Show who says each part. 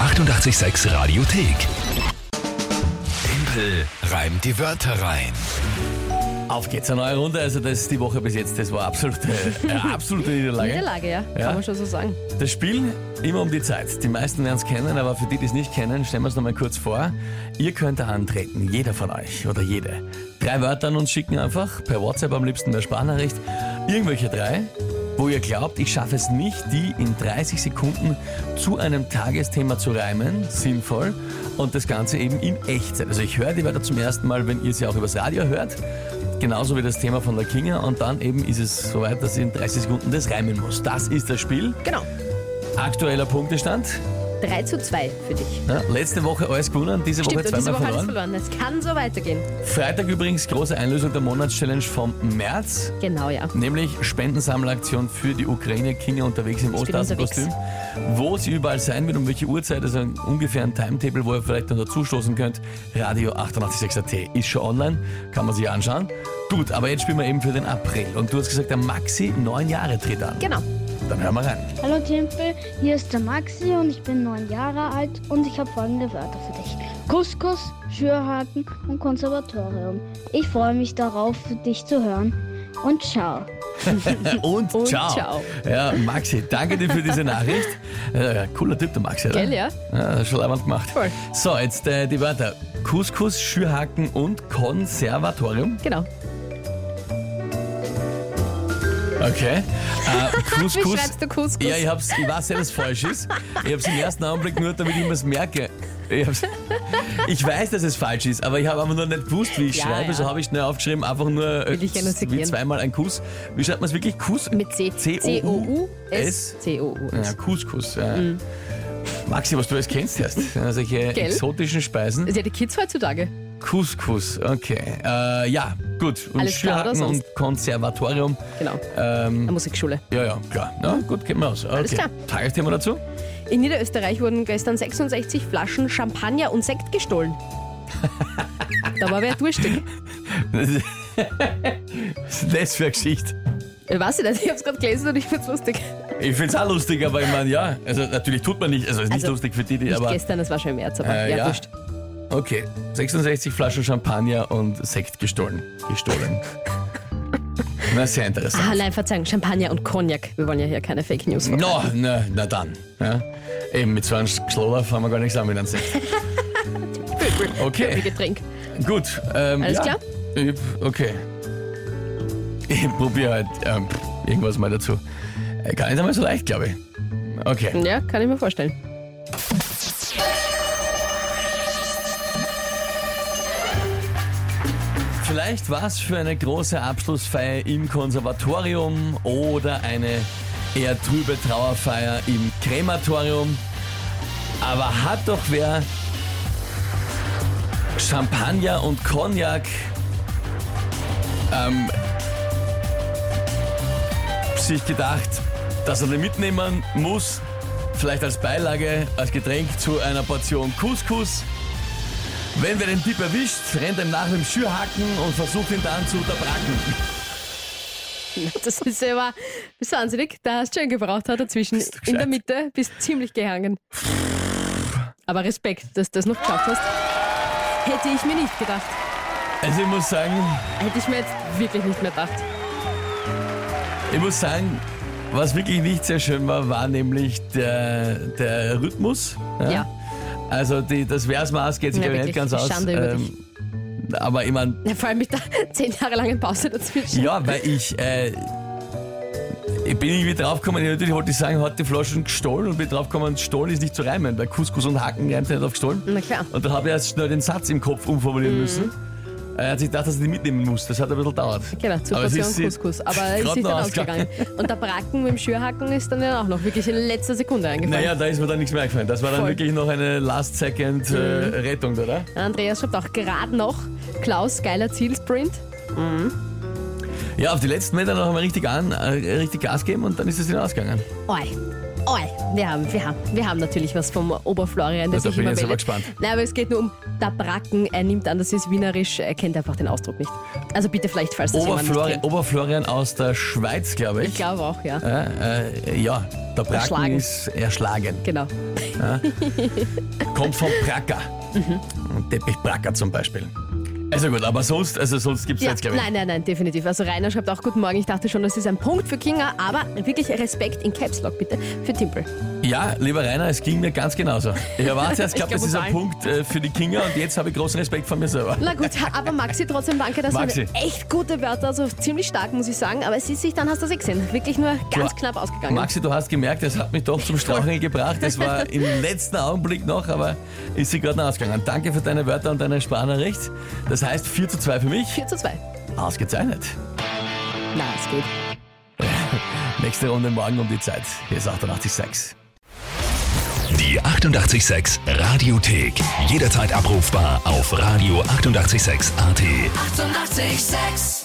Speaker 1: 886 Radiothek. Tempel reimt die Wörter rein.
Speaker 2: Auf geht's, eine neue Runde. Also das ist die Woche bis jetzt, das war absolute, äh, absolute Niederlage.
Speaker 3: Niederlage, ja. Kann
Speaker 2: Ja.
Speaker 3: man schon so sagen.
Speaker 2: Das Spiel immer um die Zeit. Die meisten werden es kennen, aber für die, die es nicht kennen, stellen wir es nochmal kurz vor. Ihr könnt da antreten, jeder von euch oder jede. Drei Wörter an uns schicken einfach, per WhatsApp am liebsten der Sprachnachricht. Irgendwelche drei, wo ihr glaubt, ich schaffe es nicht, die in 30 Sekunden zu einem Tagesthema zu reimen, sinnvoll. Und das Ganze eben in Echtzeit. Also ich höre die Wörter zum ersten Mal, wenn ihr sie auch übers Radio hört. Genauso wie das Thema von der Kinga. Und dann eben ist es soweit, dass ihr in 30 Sekunden das reimen muss. Das ist das Spiel.
Speaker 3: Genau.
Speaker 2: Aktueller Punktestand.
Speaker 3: 3 zu 2 für dich.
Speaker 2: Ja, letzte Woche alles gewonnen, diese Woche
Speaker 3: Stimmt, und diese
Speaker 2: zweimal
Speaker 3: Woche alles
Speaker 2: verloren.
Speaker 3: verloren. Es kann so weitergehen.
Speaker 2: Freitag übrigens große Einlösung der Monatschallenge vom März,
Speaker 3: Genau, ja.
Speaker 2: nämlich Spendensammelaraktion für die Ukraine. Kinga unterwegs im
Speaker 3: Ich bin
Speaker 2: Osterhasenkostüm. Wo sie überall sein wird, um welche Uhrzeit, also ein- ungefähr ein Timetable, wo ihr vielleicht dann dazustoßen könnt. Radio 886.at ist schon online, kann man sich anschauen. Gut, aber jetzt spielen wir eben für den April. Und du hast gesagt, der Maxi, neun Jahre tritt an.
Speaker 3: Genau.
Speaker 2: Dann hören wir rein.
Speaker 4: Hallo Tempel, hier ist der Maxi und ich bin neun Jahre alt und ich habe folgende Wörter für dich. Couscous, Schürhaken und Konservatorium. Ich freue mich darauf, dich zu hören und ciao.
Speaker 2: Und,
Speaker 3: Und
Speaker 2: ciao.
Speaker 3: ciao.
Speaker 2: Ja, Maxi, danke dir für diese Nachricht. Äh, cooler Tipp, der Maxi, oder?
Speaker 3: Gell, ja.
Speaker 2: ja schon leibend gemacht.
Speaker 3: Voll.
Speaker 2: So, jetzt äh, die Wörter. Couscous, Schürhaken und Konservatorium.
Speaker 3: Genau.
Speaker 2: Okay. Äh,
Speaker 3: Wie
Speaker 2: Couscous.
Speaker 3: schreibst du Couscous?
Speaker 2: Ja, ich, hab's, ich weiß ja, dass es falsch ist. Ich habe es im ersten Augenblick nur, damit ich mir es merke. Ich, hab's, ich weiß, dass es falsch ist, aber ich habe einfach nur nicht gewusst, wie ich
Speaker 3: Ja,
Speaker 2: schreibe.
Speaker 3: ja.
Speaker 2: So habe ich schnell aufgeschrieben, einfach nur äh,
Speaker 3: Will ich ja nur
Speaker 2: wie
Speaker 3: sekieren.
Speaker 2: zweimal ein Kuss. Wie schreibt man es wirklich? Kuss?
Speaker 3: Mit C.
Speaker 2: C-O-U-S.
Speaker 3: C-O-U-S.
Speaker 2: Ja,
Speaker 3: C-O-U-S.
Speaker 2: Äh, Couscous. Ja. Maxi, was du alles kennst, hast. Ja, solche
Speaker 3: Mhm. Gell?
Speaker 2: exotischen Speisen.
Speaker 3: Ist ja die Kids heutzutage.
Speaker 2: Couscous, okay. Äh, ja, gut. Und
Speaker 3: Alles klar,
Speaker 2: Schürhaken
Speaker 3: oder
Speaker 2: und Konservatorium.
Speaker 3: Genau.
Speaker 2: Ähm,
Speaker 3: Eine Musikschule.
Speaker 2: ja, ja, klar. Ja, gut, geht mir aus. Okay.
Speaker 3: klar.
Speaker 2: Tagesthema dazu?
Speaker 3: In Niederösterreich wurden gestern 66 Flaschen Champagner und Sekt gestohlen. da war wer durstig.
Speaker 2: Was ist das für eine Geschichte?
Speaker 3: Äh, Weiß ich nicht, ich hab's gerade gelesen und ich find's lustig.
Speaker 2: Ich find's auch lustig, aber ich meine, ja. Also, natürlich tut man nicht. Also, ist nicht
Speaker 3: Also,
Speaker 2: lustig für die, die
Speaker 3: Nicht
Speaker 2: aber.
Speaker 3: gestern, das war schon im März, aber
Speaker 2: Äh,
Speaker 3: ja,
Speaker 2: ja.
Speaker 3: wurscht.
Speaker 2: Okay. 66 Flaschen Champagner und Sekt gestohlen. Gestohlen. Na, sehr interessant.
Speaker 3: Ah, nein, Verzeihung, Champagner und Cognac. Wir wollen ja hier keine Fake News verbreiten.
Speaker 2: No, na, na dann. Ja. Eben mit so einem Schloder fahren wir gar nichts an mit einem Sekt.
Speaker 3: Ihr
Speaker 2: Okay,
Speaker 3: Getränk.
Speaker 2: gut. Ähm,
Speaker 3: Alles
Speaker 2: ja.
Speaker 3: klar?
Speaker 2: Ich, okay. Ich probiere halt ähm, irgendwas mal dazu. Äh, Gar nicht einmal so leicht, glaube ich. Okay.
Speaker 3: Ja, kann ich mir vorstellen.
Speaker 2: Vielleicht was für eine große Abschlussfeier im Konservatorium oder eine eher trübe Trauerfeier im Krematorium. Aber hat doch wer Champagner und Cognac ähm, sich gedacht, dass er den mitnehmen muss, vielleicht als Beilage, als Getränk zu einer Portion Couscous. Wenn wer den Typ erwischt, rennt er ihm nach mit dem Schürhaken und versucht ihn dann zu unterbracken.
Speaker 3: Das ist ja immer, bist wahnsinnig. Da hast du schön gebraucht, hat dazwischen
Speaker 2: du
Speaker 3: in der
Speaker 2: gescheit?
Speaker 3: Mitte, bist ziemlich gehangen. Aber Respekt, dass du das noch geschafft hast. Hätte ich mir nicht gedacht.
Speaker 2: Also ich muss sagen,
Speaker 3: Hätte ich mir jetzt wirklich nicht mehr gedacht.
Speaker 2: ich muss sagen, was wirklich nicht sehr schön war, war nämlich der, der Rhythmus.
Speaker 3: Ja,
Speaker 2: Also die, das Versmaß geht sich
Speaker 3: Ja,
Speaker 2: ja, nicht
Speaker 3: wirklich.
Speaker 2: ganz aus. ähm,
Speaker 3: Schande über dich.
Speaker 2: aber ich mein,
Speaker 3: Ja, vor allem mit der zehn Jahre langen Pause dazwischen.
Speaker 2: ja, weil ich, äh, ich bin irgendwie draufgekommen, ich natürlich wollte ich sagen, hat die Flaschen gestohlen und bin draufgekommen, gestohlen ist nicht zu reimen, weil Couscous und Haken reimt ja nicht auf gestohlen.
Speaker 3: Na klar.
Speaker 2: Und dann habe ich erst schnell den Satz im Kopf
Speaker 3: Mhm.
Speaker 2: umformulieren müssen. Er hat sich gedacht, dass ich die mitnehmen muss. Das hat ein bisschen gedauert.
Speaker 3: Genau, zur
Speaker 2: Aber es
Speaker 3: Portion
Speaker 2: ist sie-
Speaker 3: Couscous. Aber es
Speaker 2: grad
Speaker 3: ist dann
Speaker 2: noch
Speaker 3: ausgegangen. Und der Bracken mit dem Schürhaken ist dann ja auch noch wirklich in letzter Sekunde eingefallen.
Speaker 2: Naja, da ist mir dann nichts mehr eingefallen. Das war dann
Speaker 3: Voll. Mhm.
Speaker 2: wirklich noch eine Last-Second-Rettung, oder?
Speaker 3: Andreas schreibt auch gerade noch, Klaus, geiler Zielsprint.
Speaker 2: Ja, auf die letzten Meter noch einmal richtig, an, äh, richtig Gas geben und dann ist es hinausgegangen.
Speaker 3: Oi. Oi. Wir haben, wir, haben, wir haben natürlich was vom Oberflorian, der
Speaker 2: Na, da
Speaker 3: sich
Speaker 2: bin
Speaker 3: immer
Speaker 2: ich jetzt aber
Speaker 3: meldet.
Speaker 2: gespannt.
Speaker 3: Nein, aber es geht nur um der Bracken. Er nimmt an, das ist wienerisch, er kennt einfach den Ausdruck nicht. Also bitte vielleicht, falls das jemand nicht
Speaker 2: Oberflorian,
Speaker 3: kennt.
Speaker 2: Oberflorian aus der Schweiz, glaube ich.
Speaker 3: Ich glaube auch, ja.
Speaker 2: Äh, äh, ja, der Bracken
Speaker 3: Erschlagen.
Speaker 2: ist erschlagen.
Speaker 3: Genau.
Speaker 2: Ja? Kommt vom Pracker.
Speaker 3: Mhm.
Speaker 2: Ein Teppichpracker zum Beispiel. Also gut, aber sonst, also sonst gibt es
Speaker 3: Ja,
Speaker 2: jetzt, glaube ich.
Speaker 3: nein, nein, nein, definitiv. Also Rainer schreibt auch Guten Morgen. Ich dachte schon, das ist ein Punkt für Kinga, aber wirklich Respekt in Caps Lock bitte für Timpel.
Speaker 2: Ja, lieber Rainer, es ging mir ganz genauso. Ich erwarte erst, glaube,
Speaker 3: glaub,
Speaker 2: das ist ein
Speaker 3: total.
Speaker 2: Punkt äh, für die Kinder und jetzt habe ich großen Respekt vor mir selber.
Speaker 3: Na gut, aber Maxi, trotzdem danke, das waren
Speaker 2: Maxi.
Speaker 3: echt gute Wörter, also ziemlich stark, muss ich sagen. Aber es ist sich, dann hast du sie gesehen. Wirklich nur ganz
Speaker 2: Ja.
Speaker 3: knapp ausgegangen.
Speaker 2: Maxi, du hast gemerkt, das hat mich doch zum Straucheln gebracht. Das war im letzten Augenblick noch, aber ist sie gerade noch ausgegangen. Danke für deine Wörter und deine Sparnachricht. Das heißt 4 zu 2 für mich.
Speaker 3: 4 zu 2.
Speaker 2: Ausgezeichnet.
Speaker 3: Na, es geht.
Speaker 2: Nächste Runde morgen um die Zeit. Hier ist 886.
Speaker 1: Die 886 Radiothek. Jederzeit abrufbar auf radio886.at. 886! 886.
Speaker 5: 886